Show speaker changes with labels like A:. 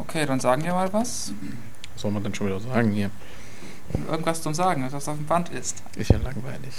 A: Okay, dann sagen wir mal was.
B: Was soll man denn schon wieder sagen hier?
A: Irgendwas zum Sagen, was auf dem Band ist.
B: Ist ja langweilig.